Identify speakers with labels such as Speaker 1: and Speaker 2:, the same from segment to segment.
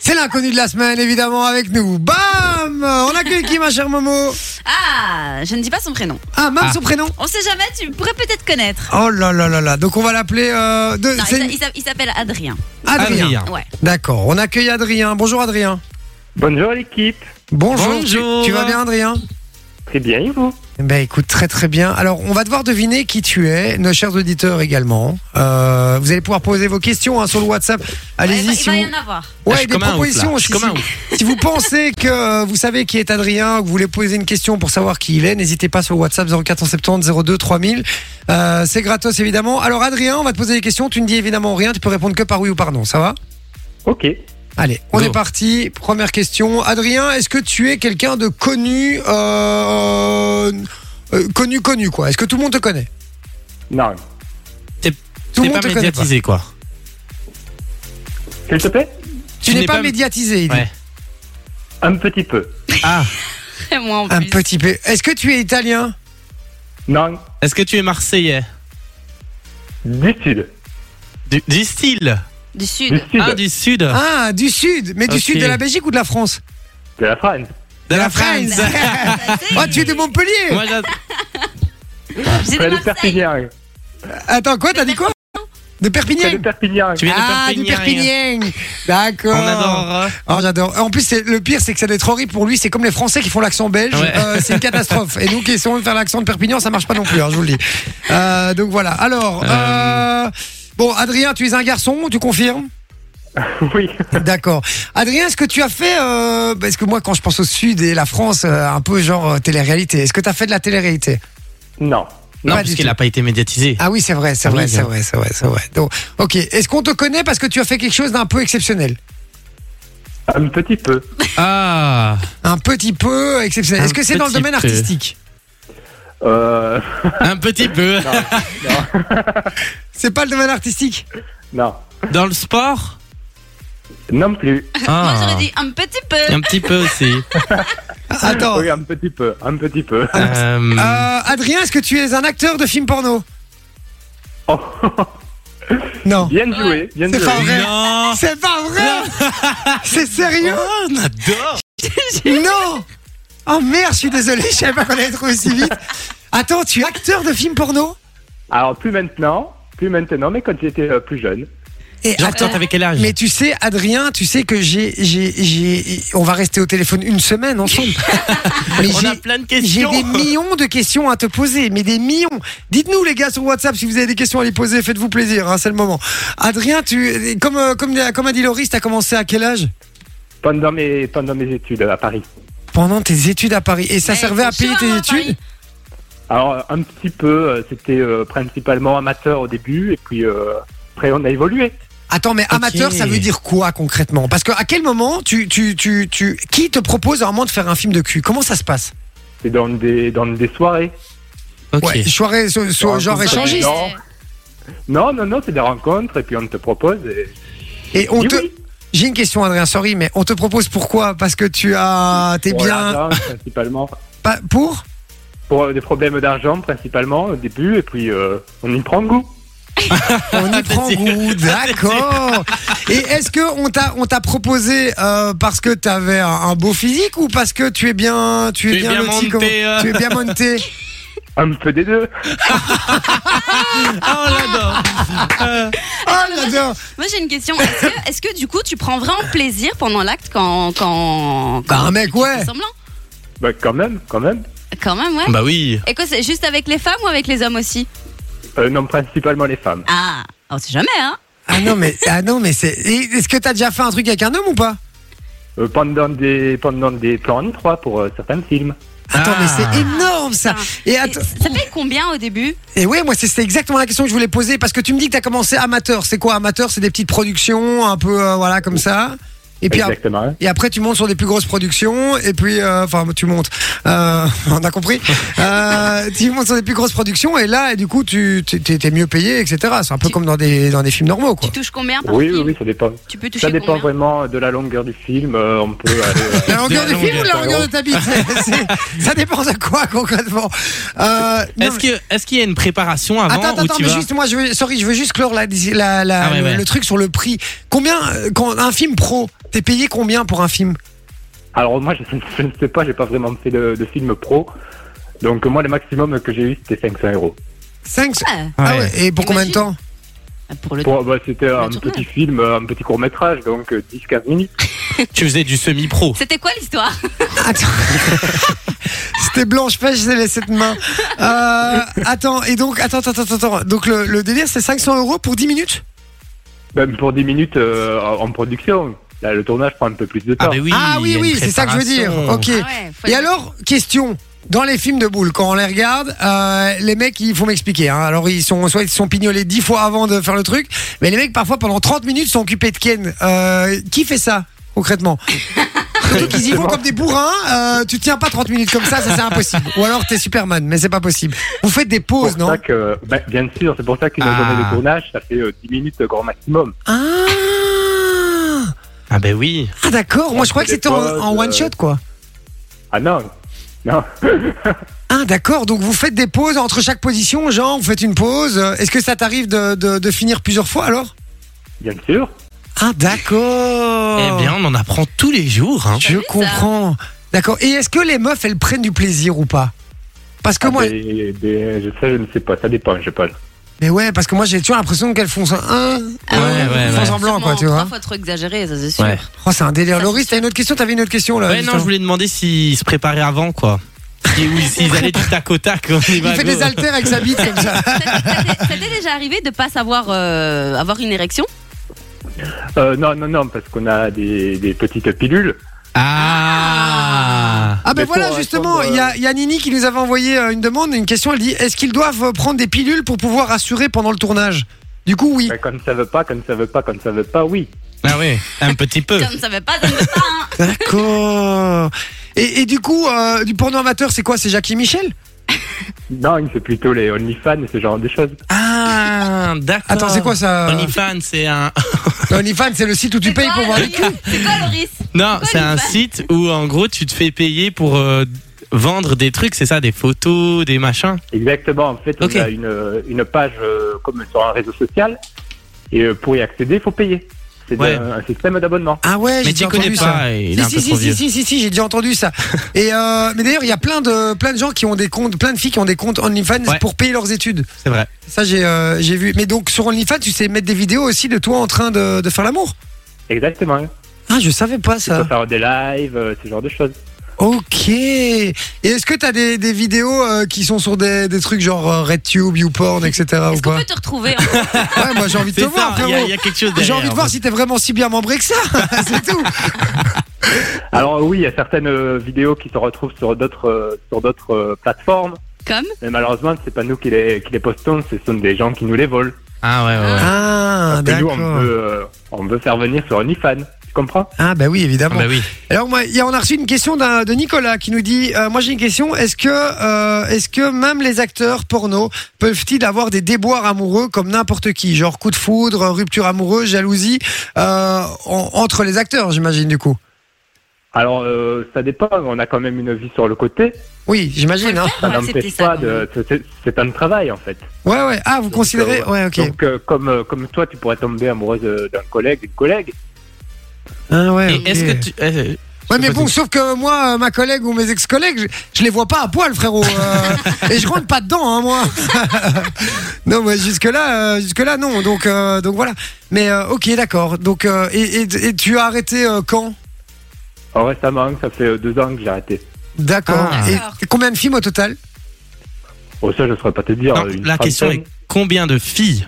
Speaker 1: C'est l'inconnu de la semaine, évidemment, avec nous. Bam On accueille qui, ma chère Momo
Speaker 2: Ah, je ne dis pas son prénom.
Speaker 1: Ah, même
Speaker 3: Ah.
Speaker 1: son prénom
Speaker 2: On sait jamais, tu pourrais peut-être connaître.
Speaker 1: Oh là là là là. Donc, on va l'appeler euh, de-
Speaker 2: Non, il
Speaker 1: c'est Ah.
Speaker 2: s'a- il s'a- il s'appelle Adrien.
Speaker 1: Adrien.
Speaker 3: Adrien.
Speaker 2: Ouais.
Speaker 1: D'accord, on accueille Adrien. Bonjour, Adrien.
Speaker 4: Bonjour l'équipe.
Speaker 1: Bonjour. tu-
Speaker 3: Bonjour.
Speaker 1: Tu, vas bien, Adrien
Speaker 4: Très bien, et vous
Speaker 1: Ben écoute, très très bien. Alors, on va devoir deviner qui tu es, nos chers auditeurs également. Euh, vous allez pouvoir poser vos questions hein, sur le WhatsApp.
Speaker 2: Ouais, il
Speaker 1: Allez-y
Speaker 2: va- il
Speaker 1: si
Speaker 2: va
Speaker 1: vous...
Speaker 2: y en avoir.
Speaker 3: Ah, je
Speaker 1: Ouais,
Speaker 3: suis
Speaker 1: des
Speaker 3: comme un ouf,
Speaker 1: propositions.
Speaker 3: là. Je suis
Speaker 1: si-
Speaker 3: comme un
Speaker 1: si- Si vous pensez que euh, vous savez qui est Adrien, que vous voulez poser une question pour savoir qui il est, n'hésitez pas sur WhatsApp 0470 02 3000. Euh, c'est gratos évidemment. Alors Adrien, on va te poser des questions. Tu ne dis évidemment rien. Tu peux répondre que par oui ou par non. Ça va
Speaker 4: Ok.
Speaker 1: Allez, on
Speaker 3: Go.
Speaker 1: est parti. Première question. Adrien, est-ce que tu es quelqu'un de connu, euh, euh, connu, connu quoi Est-ce que tout le monde te connaît
Speaker 4: Non.
Speaker 1: Tout
Speaker 3: Tu
Speaker 1: le
Speaker 3: n'es
Speaker 1: monde
Speaker 3: pas
Speaker 1: te connaît pas.
Speaker 3: médiatisé, quoi.
Speaker 4: S'il te plaît
Speaker 1: Tu n'es pas, médiatisé. il dit.
Speaker 3: Ouais.
Speaker 4: Un petit peu.
Speaker 3: Ah,
Speaker 2: Moi en
Speaker 1: Un
Speaker 2: plus.
Speaker 1: petit peu. Est-ce que tu es italien
Speaker 4: Non.
Speaker 3: est-ce que tu es marseillais
Speaker 4: Du sud.
Speaker 3: du, du style
Speaker 2: Du
Speaker 4: Du
Speaker 2: sud.
Speaker 4: sud.
Speaker 3: Ah, du sud
Speaker 1: Ah, du sud. Mais du
Speaker 3: Ok.
Speaker 1: sud de la Belgique ou de la France
Speaker 4: De la France.
Speaker 3: De la
Speaker 1: France.
Speaker 3: France
Speaker 1: Ah, tu es de Montpellier
Speaker 3: Moi, j'ad-
Speaker 2: J'ai
Speaker 4: Près
Speaker 2: de
Speaker 4: de
Speaker 2: Marseille.
Speaker 4: Perpignan.
Speaker 1: Attends, quoi T'as dit quoi De Perpignan
Speaker 4: Près de Perpignan.
Speaker 3: Tu viens de
Speaker 1: Ah, du
Speaker 3: Perpignan.
Speaker 1: Perpignan D'accord.
Speaker 3: On adore. hein.
Speaker 1: Oh, j'adore. En plus, c'est- le pire, c'est que ça doit être horrible pour lui. C'est comme les Français qui font l'accent belge.
Speaker 3: Ouais.
Speaker 1: Euh, c'est une catastrophe. Et nous qui essayons de faire l'accent de Perpignan, ça marche pas non plus, hein, je vous le dis. Euh, donc voilà. Alors,
Speaker 3: Euh.
Speaker 1: euh, bon, Adrien, tu es un garçon, tu confirmes
Speaker 4: Oui.
Speaker 1: D'accord. Adrien, est-ce que tu as fait. Euh, parce que moi, quand je pense au Sud et la France, euh, un peu genre euh, télé-réalité, est-ce que tu as fait de la télé-réalité
Speaker 4: Non.
Speaker 3: Non,
Speaker 1: Pas du
Speaker 3: puisqu'il
Speaker 1: tout.
Speaker 3: n'a pas été médiatisé.
Speaker 1: Ah oui, c'est vrai, c'est
Speaker 3: Ah
Speaker 1: vrai,
Speaker 3: oui,
Speaker 1: c'est
Speaker 3: bien.
Speaker 1: vrai, c'est vrai, c'est vrai. Donc, ok. Est-ce qu'on te connaît parce que tu as fait quelque chose d'un peu exceptionnel
Speaker 4: Un petit peu.
Speaker 3: Ah,
Speaker 1: Un petit peu exceptionnel.
Speaker 3: Un
Speaker 1: Est-ce que c'est dans le
Speaker 3: petit
Speaker 1: domaine
Speaker 3: peu.
Speaker 1: artistique
Speaker 4: Euh.
Speaker 3: un petit peu.
Speaker 4: Non. non.
Speaker 1: C'est pas le domaine artistique
Speaker 4: Non.
Speaker 3: Dans le sport
Speaker 4: Non plus.
Speaker 2: Moi
Speaker 3: Ah,
Speaker 2: j'aurais dit un petit peu.
Speaker 3: un petit peu aussi. Ah,
Speaker 1: Attends.
Speaker 4: Oui, un petit peu. Un petit peu.
Speaker 1: Ah.
Speaker 3: Euh,
Speaker 1: Euh, Adrien, est-ce que tu es un acteur de film porno
Speaker 4: Oh.
Speaker 1: Non.
Speaker 4: Bien joué. Bien
Speaker 1: C'est
Speaker 4: joué.
Speaker 1: pas vrai.
Speaker 3: Non
Speaker 1: C'est pas vrai C'est sérieux
Speaker 3: On adore
Speaker 1: Non Oh merde, je suis désolé, je savais pas qu'on allait trouver si vite. Attends, tu es acteur de film porno
Speaker 4: Alors, plus maintenant. Plus maintenant, mais quand j'étais euh, plus jeune.
Speaker 1: Et
Speaker 3: Genre,
Speaker 1: attends,
Speaker 3: toi, t'avais quel âge
Speaker 1: Mais tu sais, Adrien, tu sais que j'ai, j'ai, j'ai, on va rester au téléphone une semaine ensemble. Mais
Speaker 3: On a
Speaker 1: j'ai,
Speaker 3: plein de
Speaker 1: j'ai
Speaker 3: questions.
Speaker 1: des millions de questions à te poser, mais des millions. Dites-nous les gars sur WhatsApp si vous avez des questions à les poser, faites-vous plaisir, hein, c'est le moment. Adrien, tu, comme, euh, comme, comme a dit Loris, t'as commencé à quel âge
Speaker 4: Pendant mes, pendant mes études à Paris.
Speaker 1: Pendant tes études à Paris. Et ça
Speaker 2: Ouais,
Speaker 1: servait à
Speaker 2: faut
Speaker 1: payer tes
Speaker 2: sûrement à
Speaker 1: études
Speaker 4: Alors, un petit peu. euh, C'était euh, principalement amateur au début. Et puis, euh, après, on a évolué.
Speaker 1: Attends, mais amateur, ça veut dire quoi concrètement Parce que à quel moment tu, tu, tu, tu, qui te propose à un moment de faire un film de cul Comment ça se passe
Speaker 4: C'est dans des, dans des soirées.
Speaker 3: Ok.
Speaker 1: Ouais, soirée, so- so-
Speaker 4: Dans un
Speaker 1: genre
Speaker 4: concert.
Speaker 1: échangiste.
Speaker 4: échangiste.
Speaker 2: Non.
Speaker 4: Non, non, non, c'est des rencontres et puis on te propose. Et...
Speaker 1: Et on
Speaker 4: Oui,
Speaker 1: te.
Speaker 4: oui.
Speaker 1: J'ai une question, Adrien, sorry, mais on te propose pourquoi Parce que tu as. T'es
Speaker 4: Pour
Speaker 1: bien.
Speaker 4: l'argent, principalement.
Speaker 1: Pas, pour
Speaker 4: Pour euh, des problèmes d'argent, principalement, au début, et puis euh, on y prend goût.
Speaker 1: On y prend
Speaker 3: Petit.
Speaker 1: goût, d'accord. Et est-ce que on t'a on t'a proposé euh, parce que t'avais un, un beau physique ou parce que tu es bien tu es, bien, loti, comment-
Speaker 3: monté, euh.
Speaker 1: tu es bien monté
Speaker 4: Un peu des deux.
Speaker 3: Ah, on l'adore. Euh,
Speaker 1: Oh j'adore.
Speaker 2: Moi j'ai une question. Est-ce que, est-ce que, du coup tu prends vraiment plaisir pendant l'acte quand quand
Speaker 1: Bah,
Speaker 2: quand
Speaker 1: un mec,
Speaker 2: tu
Speaker 1: ouais.
Speaker 2: fais semblant
Speaker 4: Bah, quand même, quand même.
Speaker 2: Quand même ouais.
Speaker 3: Bah oui.
Speaker 2: Et quoi c'est juste avec les femmes ou avec les hommes aussi
Speaker 4: Euh, non, principalement les femmes.
Speaker 2: Ah, on sait jamais hein.
Speaker 1: Ah non mais ah non mais c'est et est-ce que t'as déjà fait un truc avec un homme ou pas
Speaker 4: Euh, pendant, des, pendant des plans en trois pour euh, certains films.
Speaker 1: Attends mais
Speaker 3: Ah.
Speaker 1: c'est énorme ça. Et
Speaker 2: Et
Speaker 1: attends
Speaker 2: ça paye combien au début
Speaker 1: et ouais moi c'est- c'était exactement la question que je voulais poser parce que tu me dis que t'as commencé amateur. C'est quoi amateur C'est des petites productions un peu euh, voilà comme ça. Et puis après-
Speaker 4: Exactement.
Speaker 1: Et après, tu montes sur des plus grosses productions, et puis, euh, enfin, tu montes. Euh, on a compris. Euh, tu montes sur des plus grosses productions, et là, et du coup, tu t'es- t'es t'es mieux payé, etc. C'est un peu
Speaker 2: Tu-
Speaker 1: comme dans des, dans des films normaux,
Speaker 2: Tu
Speaker 1: quoi.
Speaker 2: touches combien par
Speaker 4: Oui, oui,
Speaker 2: film
Speaker 4: oui, ça dépend.
Speaker 2: Tu peux toucher
Speaker 4: Ça dépend
Speaker 2: combien
Speaker 4: vraiment de la longueur du film. euh, on peut aller, euh,
Speaker 1: La longueur
Speaker 3: De
Speaker 1: du
Speaker 3: la
Speaker 1: film ou la
Speaker 4: longueur,
Speaker 1: longueur de ta bite C'est- c'est- Ça dépend de quoi, concrètement. Euh, non,
Speaker 3: Est-ce que- est-ce qu'il y a une préparation avant
Speaker 1: Attends, attends,
Speaker 3: ou
Speaker 1: attends,
Speaker 3: tu
Speaker 1: mais
Speaker 3: vas
Speaker 1: juste, moi, je veux, sorry, je veux juste clore la, la, la-
Speaker 3: Ah ouais,
Speaker 1: le,
Speaker 3: ouais.
Speaker 1: le truc sur le prix. Combien, euh, quand un film pro, T'es payé combien pour un film
Speaker 4: Alors moi, je, je ne sais pas, j'ai pas vraiment fait de, de film pro. Donc moi, le maximum que j'ai eu, c'était 500 euros.
Speaker 1: 5
Speaker 2: Ah,
Speaker 1: Ah ouais, et pour
Speaker 2: Imagine.
Speaker 1: combien de temps
Speaker 2: pour le
Speaker 4: Pour- bah, c'était un
Speaker 2: tournage.
Speaker 4: petit film, euh, un petit court métrage, donc 10-15 minutes.
Speaker 3: Tu faisais du semi-pro.
Speaker 2: C'était quoi l'histoire
Speaker 1: Attends. C'était Blanche Pêche, j'ai laissé de main. Euh, attends, et donc, attends, attends, attends, attends. Donc le, le délire, c'est 500 euros pour 10 minutes
Speaker 4: Même pour 10 minutes euh, en en production. Là, le tournage prend un peu plus de temps.
Speaker 3: oui,
Speaker 1: Ah oui,
Speaker 3: il y a
Speaker 1: oui,
Speaker 3: une
Speaker 1: c'est ça que je veux dire.
Speaker 3: préparation.
Speaker 1: Ok.
Speaker 2: Ah ouais, faut
Speaker 1: Et
Speaker 2: aller-
Speaker 1: alors, question. Dans les films de boules, quand on les regarde, euh, les mecs, il faut m'expliquer. hein. Alors, ils sont soit ils se sont pignolés 10 fois avant de faire le truc, mais les mecs, parfois, pendant 30 minutes, sont occupés de Ken. Euh, qui fait ça, concrètement Surtout qu'ils y vont comme des bourrins. euh, tu tiens pas 30 minutes comme ça, ça c'est impossible. Ou alors, t'es Superman, mais c'est pas possible. Vous faites des pauses,
Speaker 4: C'est pour
Speaker 1: non
Speaker 4: ça que, bah, bien sûr, c'est pour ça qu'une
Speaker 3: Ah.
Speaker 4: journée de tournage, ça fait euh, 10 minutes euh, grand maximum.
Speaker 1: Ah,
Speaker 3: Ah ben oui.
Speaker 1: Ah, d'accord. Moi, je croyais que c'était en, en
Speaker 4: Des
Speaker 1: one shot, quoi.
Speaker 4: Ah non Non
Speaker 1: Ah d'accord, donc vous faites des pauses entre chaque position, genre vous faites une pause. Euh, Est-ce que ça t'arrive de, de- de finir plusieurs fois alors
Speaker 4: Bien sûr
Speaker 1: Ah d'accord.
Speaker 3: Eh bien, on en apprend tous les jours. hein.
Speaker 1: je
Speaker 2: T'as vu ça
Speaker 1: comprends. D'accord. Et est-ce que les meufs, elles prennent du plaisir ou pas Parce que
Speaker 4: Ah,
Speaker 1: moi,
Speaker 4: des- des- je sais, je ne sais pas, ça dépend, je pense.
Speaker 1: mais ouais, parce que moi j'ai toujours l'impression qu'elles font ça. Hein,
Speaker 2: Ah
Speaker 1: hein,
Speaker 2: ouais,
Speaker 1: elles
Speaker 3: ouais,
Speaker 1: font
Speaker 3: ouais.
Speaker 1: semblant quoi, tu
Speaker 2: Sûrement
Speaker 1: vois.
Speaker 2: trois fois trop exagéré, ça c'est sûr.
Speaker 3: Ouais.
Speaker 1: Oh, c'est un délire.
Speaker 2: Ça,
Speaker 1: Laurie,
Speaker 2: c'est
Speaker 1: t'as une autre question T'avais une autre question là
Speaker 3: Ouais, non,
Speaker 1: justement
Speaker 3: je voulais demander s'ils se préparaient avant, quoi. Et où s'ils allaient du tac au tac. On y va,
Speaker 1: Il fait
Speaker 3: go.
Speaker 1: des haltères avec sa bite comme ça.
Speaker 2: Ça t'est déjà arrivé de pas savoir euh, avoir une érection
Speaker 4: Euh, non, non, non, parce qu'on a des, des petites pilules.
Speaker 3: Ah
Speaker 1: Ah ben
Speaker 4: Mais pour
Speaker 1: voilà,
Speaker 4: répondre,
Speaker 1: justement,
Speaker 4: euh,
Speaker 1: il y, a- il y a Nini qui nous avait envoyé euh, une demande, une question, elle dit, est-ce qu'ils doivent euh, prendre des pilules pour pouvoir assurer pendant le tournage Du coup, oui.
Speaker 4: Bah, Quand ça veut pas, quand ça veut pas, quand ça veut pas, oui.
Speaker 3: Ah oui, un petit peu.
Speaker 2: Comme ça ne veut pas, ça ne veut pas. hein.
Speaker 1: D'accord. Et, et du coup, euh, du porno amateur, c'est quoi C'est Jackie Michel
Speaker 4: Non, c'est plutôt les OnlyFans et ce genre de choses.
Speaker 3: Ah, d'accord.
Speaker 1: Attends, c'est quoi ça
Speaker 3: Ah. OnlyFans, c'est un.
Speaker 1: OnlyFans, c'est le site où tu
Speaker 2: C'est
Speaker 1: payes
Speaker 2: quoi,
Speaker 1: pour voir les
Speaker 2: Loris euh, C'est quoi, Loris
Speaker 3: Non,
Speaker 2: C'est quoi,
Speaker 3: c'est un
Speaker 2: OnlyFans
Speaker 3: site où en gros tu te fais payer pour euh, vendre des trucs, c'est ça, des photos, des machins.
Speaker 4: Exactement, en fait,
Speaker 3: Ok.
Speaker 4: on a une, euh, une page euh, comme sur un réseau social. Et euh, pour y accéder, il faut payer. C'est
Speaker 3: Ouais.
Speaker 4: un, un système d'abonnement.
Speaker 1: Ah ouais, j'ai
Speaker 3: Mais tu
Speaker 1: déjà
Speaker 3: connais
Speaker 1: entendu ça.
Speaker 3: pas, il
Speaker 1: Si
Speaker 3: est un peu
Speaker 1: si
Speaker 3: trop
Speaker 1: si,
Speaker 3: vieux.
Speaker 1: si si si si, j'ai déjà entendu ça. Et euh, mais d'ailleurs, il y a plein de plein de gens qui ont des comptes, plein de filles qui ont des comptes OnlyFans
Speaker 3: Ouais.
Speaker 1: pour payer leurs études.
Speaker 3: C'est vrai.
Speaker 1: Ça j'ai euh, j'ai vu. Mais donc sur OnlyFans, tu sais mettre des vidéos aussi de toi en train de, de faire l'amour.
Speaker 4: Exactement.
Speaker 1: Ah, je savais pas
Speaker 4: Il
Speaker 1: ça.
Speaker 4: faut faire des lives, euh, ce genre de choses.
Speaker 1: Ok. Et est-ce que t'as des, des vidéos euh, qui sont sur des, des trucs genre euh, RedTube, YouPorn, etc. Ah, ou
Speaker 2: Est-ce qu'on
Speaker 1: pas
Speaker 2: peut te retrouver
Speaker 1: Ouais, moi j'ai envie de te
Speaker 3: C'est
Speaker 1: voir,
Speaker 3: ça, il y, a-
Speaker 1: frérot.
Speaker 3: il y a quelque chose derrière.
Speaker 1: J'ai envie de voir si t'es vraiment si bien membré que ça. C'est tout.
Speaker 4: Alors oui, il y a certaines euh, vidéos qui se retrouvent sur d'autres euh, sur d'autres euh, plateformes,
Speaker 2: Comme
Speaker 4: mais malheureusement, c'est pas nous qui les qui les postons, ce sont des gens qui nous les volent.
Speaker 3: Ah ouais, ouais. ouais.
Speaker 1: Ah,
Speaker 4: Que nous, on
Speaker 1: d'accord.
Speaker 4: veut euh, on veut faire venir sur OnlyFans. Tu comprends
Speaker 1: Ah, bah oui,
Speaker 3: Ah
Speaker 1: évidemment.
Speaker 3: bah oui.
Speaker 1: Alors, moi, il y a- on a reçu une question d'un- de Nicolas qui nous dit euh, Moi j'ai une question, est-ce que, euh, est-ce que même les acteurs porno peuvent-ils avoir des déboires amoureux comme n'importe qui Genre coup de foudre, rupture amoureuse, jalousie, euh, en- entre les acteurs, j'imagine, du coup.
Speaker 4: Alors euh, ça dépend. On a quand même une vie sur le côté.
Speaker 1: Oui, j'imagine, hein.
Speaker 2: Faut
Speaker 4: Ça
Speaker 2: accepter
Speaker 4: n'empêche
Speaker 2: ça,
Speaker 4: pas
Speaker 2: quand
Speaker 4: de. c'est- c'est- C'est un travail en fait.
Speaker 1: Ouais, ouais. Ah, vous
Speaker 4: Donc,
Speaker 1: considérez.
Speaker 4: euh,
Speaker 1: Ouais, ok.
Speaker 4: Donc euh, comme euh, comme toi, tu pourrais tomber amoureuse euh, d'un collègue, d'une collègue.
Speaker 1: Ah, ouais.
Speaker 3: Et
Speaker 1: ok.
Speaker 3: est-ce que tu. euh,
Speaker 1: Ouais, mais
Speaker 3: pas
Speaker 1: bon,
Speaker 3: tout.
Speaker 1: sauf que moi, euh, ma collègue ou mes ex-collègues, je, je les vois pas à poil, frérot. euh, et je rentre pas dedans, hein, moi. non, mais jusque-là, euh, jusque-là, non. Donc, euh, donc voilà. Mais euh, ok, d'accord. Donc, euh, et, et- et tu as arrêté euh, quand
Speaker 4: Alors, récemment, ça fait euh, deux ans que j'ai arrêté.
Speaker 1: D'accord.
Speaker 3: Ah.
Speaker 1: Et-
Speaker 2: D'accord.
Speaker 1: et combien de films au total
Speaker 4: Oh ça, je saurais pas te dire.
Speaker 3: non,
Speaker 4: euh, une
Speaker 3: la question est
Speaker 4: trentaine.
Speaker 3: combien de filles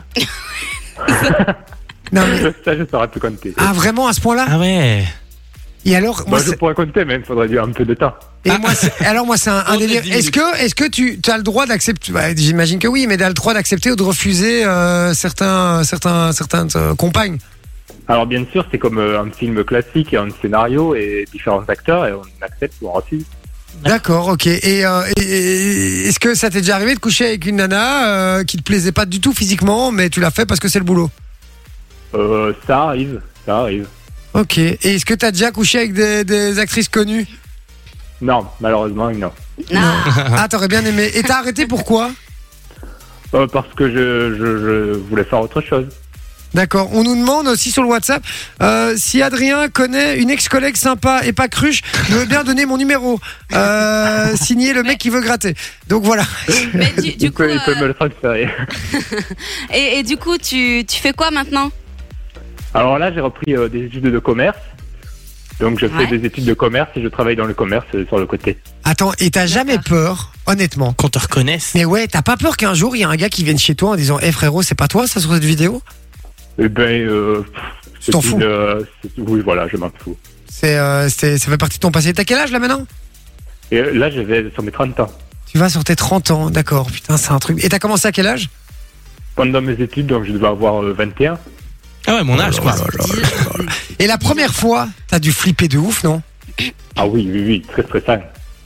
Speaker 1: Non, mais.
Speaker 4: ça, je saurais plus compter.
Speaker 1: Ah, vraiment, à ce point-là
Speaker 3: Ah ouais.
Speaker 1: Et alors,
Speaker 4: Bah,
Speaker 1: moi,
Speaker 4: je
Speaker 1: c'est-
Speaker 4: pourrais compter, mais il faudrait dire un peu de temps.
Speaker 1: et
Speaker 3: Ah,
Speaker 1: moi, c'est- alors, moi, c'est un, un
Speaker 3: On est
Speaker 1: délire.
Speaker 3: dix
Speaker 1: Est-ce
Speaker 3: minutes.
Speaker 1: que, est-ce que tu, tu as le droit d'accepter bah, J'imagine que oui, mais tu as le droit d'accepter ou de refuser euh, certains, certains, certaines euh, compagnes.
Speaker 4: Alors bien sûr, c'est comme euh, un film classique, il y a un scénario et différents acteurs et on accepte ou on refuse.
Speaker 1: D'accord, ok. Et, euh, et- et- est-ce que ça t'est déjà arrivé de coucher avec une nana euh, qui te plaisait pas du tout physiquement, mais tu l'as fait parce que c'est le boulot
Speaker 4: Euh, ça arrive, ça arrive.
Speaker 1: Ok. Et est-ce que t'as déjà couché avec des, des actrices connues
Speaker 4: Non, malheureusement, non.
Speaker 2: Ah,
Speaker 1: Ah, t'aurais bien aimé. Et t'as arrêté pourquoi
Speaker 4: Euh, parce que je, je, je voulais faire autre chose.
Speaker 1: D'accord. On nous demande aussi sur le WhatsApp euh, si Adrien connaît une ex-collègue sympa et pas cruche. Je veux bien donner mon numéro. Euh, signé le mec qui veut gratter. Donc voilà.
Speaker 2: Mais du, du
Speaker 4: il,
Speaker 2: coup,
Speaker 4: peut, il peut
Speaker 2: euh,
Speaker 4: me le transférer.
Speaker 2: et, et du coup, tu, tu fais quoi maintenant
Speaker 4: Alors là, j'ai repris euh, des études de commerce. Donc je fais
Speaker 2: Ouais.
Speaker 4: des études de commerce et je travaille dans le commerce euh, sur le côté.
Speaker 1: Attends, et t'as jamais peur, honnêtement
Speaker 3: Qu'on te reconnaisse.
Speaker 1: mais Eh ouais, t'as pas peur qu'un jour il y a un gars qui vienne chez toi en disant Eh frérot, c'est pas toi ça sur cette vidéo
Speaker 4: Eh ben, euh, pff,
Speaker 1: t'en
Speaker 4: c'est
Speaker 1: fous.
Speaker 4: une, euh, c'est- oui, voilà, je m'en fous.
Speaker 1: C'est, euh, c'est- ça fait partie de ton passé. T'as quel âge là maintenant
Speaker 4: Et euh, là, je vais sur mes 30 ans.
Speaker 1: Tu vas sur tes 30 ans, d'accord. Putain, c'est un truc. Et t'as commencé à quel âge
Speaker 4: Pendant mes études, donc je devais avoir euh, 21.
Speaker 3: Ah ouais, mon âge,
Speaker 1: Oh
Speaker 3: quoi.
Speaker 1: Et la première fois, t'as dû flipper de ouf, non
Speaker 4: Ah oui, oui, oui, très stressant.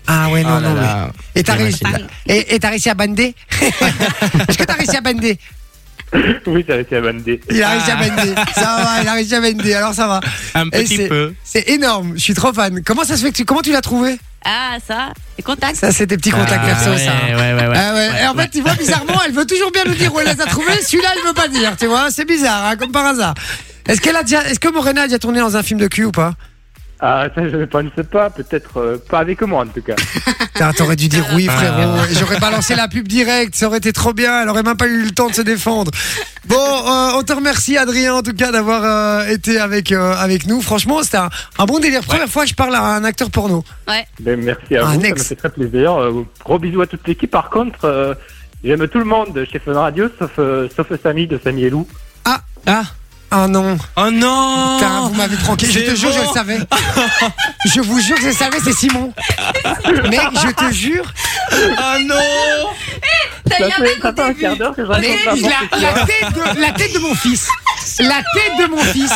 Speaker 1: Ah ouais, non,
Speaker 3: Ah là
Speaker 1: non. mais-
Speaker 3: là.
Speaker 1: Et t'as réussi,
Speaker 3: J'imagine.
Speaker 1: et, et t'as réussi à bander Est-ce que t'as réussi à bander
Speaker 4: Oui, ça a été à bander.
Speaker 1: Il a réussi à
Speaker 3: Ah.
Speaker 1: bander. Ça va, il a réussi à bander. Alors ça va.
Speaker 3: Un
Speaker 1: Et
Speaker 3: petit peu.
Speaker 1: C'est énorme. Je suis trop fan. Comment ça se fait que tu, comment tu l'as trouvé
Speaker 2: Ah, ça, les contacts.
Speaker 1: Ça, c'est tes petits contacts
Speaker 3: Ah,
Speaker 1: perso,
Speaker 3: ouais,
Speaker 1: ça. hein.
Speaker 3: Ouais, ouais, ouais.
Speaker 1: Ah ouais. et en fait,
Speaker 3: ouais.
Speaker 1: tu vois, bizarrement, elle veut toujours bien nous dire où elle les a trouvés. Celui-là, elle veut pas dire. Tu vois, c'est bizarre, hein, comme par hasard. Est-ce qu'elle a déjà, est-ce que Morena a déjà tourné dans un film de cul ou pas
Speaker 4: Ah, ça, je ne pense pas. Peut-être euh, pas avec moi, en tout cas.
Speaker 1: Putain, T'aurais dû dire oui, frérot.
Speaker 3: Ah.
Speaker 1: Et J'aurais balancé la pub directe. Ça aurait été trop bien. Elle aurait même pas eu le temps de se défendre. Bon, euh, on te remercie, Adrien, en tout cas, d'avoir euh, été avec, euh, avec nous. Franchement, c'était un, un bon délire. Première fois que je parle à un acteur porno.
Speaker 4: Ben, merci
Speaker 1: Ah,
Speaker 4: à vous,
Speaker 1: next.
Speaker 4: ça me fait très plaisir. Euh, gros bisous à toute l'équipe. Par contre, euh, j'aime tout le monde chez Fun Radio, sauf, euh, sauf Samy de Samy et Lou.
Speaker 3: Ah.
Speaker 1: Ah non.
Speaker 3: Oh non
Speaker 1: Putain, vous m'avez pranké. Je
Speaker 3: C'est
Speaker 1: te jure, je
Speaker 3: bon.
Speaker 1: le savais. je vous jure que je le savais, c'est Simon. Mec, je te jure.
Speaker 3: Ah non
Speaker 2: T'as
Speaker 4: Ça
Speaker 2: eu un
Speaker 4: fait,
Speaker 2: mec
Speaker 4: ça
Speaker 2: au
Speaker 4: fait un
Speaker 2: début.
Speaker 4: quart d'heure que
Speaker 3: Ah,
Speaker 4: je raconte
Speaker 1: Mais
Speaker 4: ça.
Speaker 1: la, la tête de, la tête de mon fils. La tête de mon fils.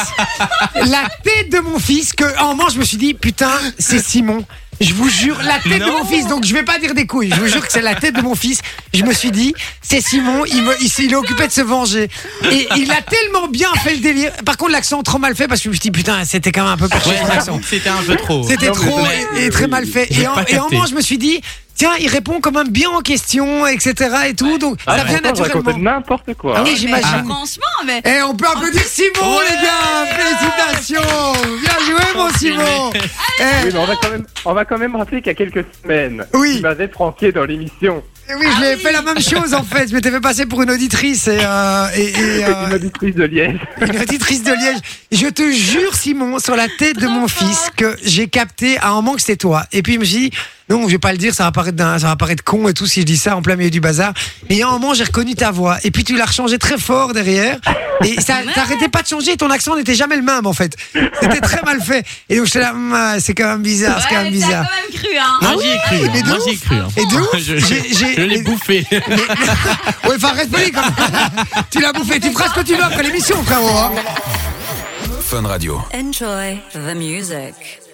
Speaker 1: La tête de mon fils. Que, en moment, je me suis dit, putain, c'est Simon. Je vous jure, la tête de
Speaker 3: Non.
Speaker 1: mon fils. Donc, je vais pas dire des couilles. Je vous jure que c'est la tête de mon fils. Je me suis dit, c'est Simon. Il, me, il, s'est- il est occupé de se venger. Et il a tellement bien fait le délire. Par contre, l'accent trop mal fait parce que je me suis dit, putain, c'était quand même un peu perché
Speaker 3: Ouais,
Speaker 1: son accent.
Speaker 3: j'avoue que c'était un peu trop.
Speaker 1: C'était
Speaker 4: Oh, Non, mais
Speaker 1: trop
Speaker 4: c'est-
Speaker 1: et, et très mal fait.
Speaker 3: J'ai
Speaker 1: Et en,
Speaker 3: pas
Speaker 1: et en
Speaker 3: capté.
Speaker 1: moins, je me suis dit, tiens, il répond quand même bien en question, etc. et tout. Donc,
Speaker 4: Ah,
Speaker 1: ça
Speaker 4: pourtant,
Speaker 1: vient
Speaker 4: je raconte
Speaker 1: naturellement.
Speaker 4: n'importe quoi.
Speaker 1: Ah oui,
Speaker 2: Mais
Speaker 1: j'imagine.
Speaker 2: Franchement, mais.
Speaker 1: Et on peut applaudir Simon,
Speaker 3: Ouais.
Speaker 1: les gars! Félicitations! Bien joué, mon Simon! Eh,
Speaker 4: Oui, mais on va quand même, on va quand même rappeler qu'il y a quelques semaines,
Speaker 1: Oui.
Speaker 4: il m'avait pranké dans l'émission.
Speaker 1: eh oui, je
Speaker 2: Ah
Speaker 1: l'ai
Speaker 2: oui.
Speaker 1: fait la même chose en fait. Je m'étais fait passer pour une auditrice et, euh, et, et, euh,
Speaker 4: Une auditrice de Liège.
Speaker 1: une auditrice de Liège. Je te jure, Simon, sur la tête de mon fils, que j'ai capté ah, à un moment que c'était toi. Et puis, je me suis dit, non, je vais pas le dire, ça va paraître, d'un- ça va paraître con et tout si je dis ça en plein milieu du bazar. Mais à un moment, j'ai reconnu ta voix. Et puis, tu l'as rechangé très fort derrière. Et ça t'arrêtait pas de changer. Ton accent n'était jamais le même, en fait. C'était très mal fait. Et donc, je là, Hum, ah, c'est quand même bizarre, c'est quand
Speaker 2: Ouais,
Speaker 1: même
Speaker 2: t'as
Speaker 1: bizarre.
Speaker 2: quand même cru, hein.
Speaker 1: Ah
Speaker 3: Moi j'y ai cru,
Speaker 1: mais de
Speaker 3: moi
Speaker 1: ouf.
Speaker 3: j'y ai cru. hein.
Speaker 1: Et de ouf,
Speaker 3: Je,
Speaker 1: j'ai- j'ai-
Speaker 3: je l'ai
Speaker 1: mais-
Speaker 3: bouffé.
Speaker 1: Ouais, enfin, reste poli quand même. Tu l'as bouffé. Tu feras ce que tu veux après l'émission, frérot. hein.
Speaker 5: Fun Radio.
Speaker 6: Enjoy the music.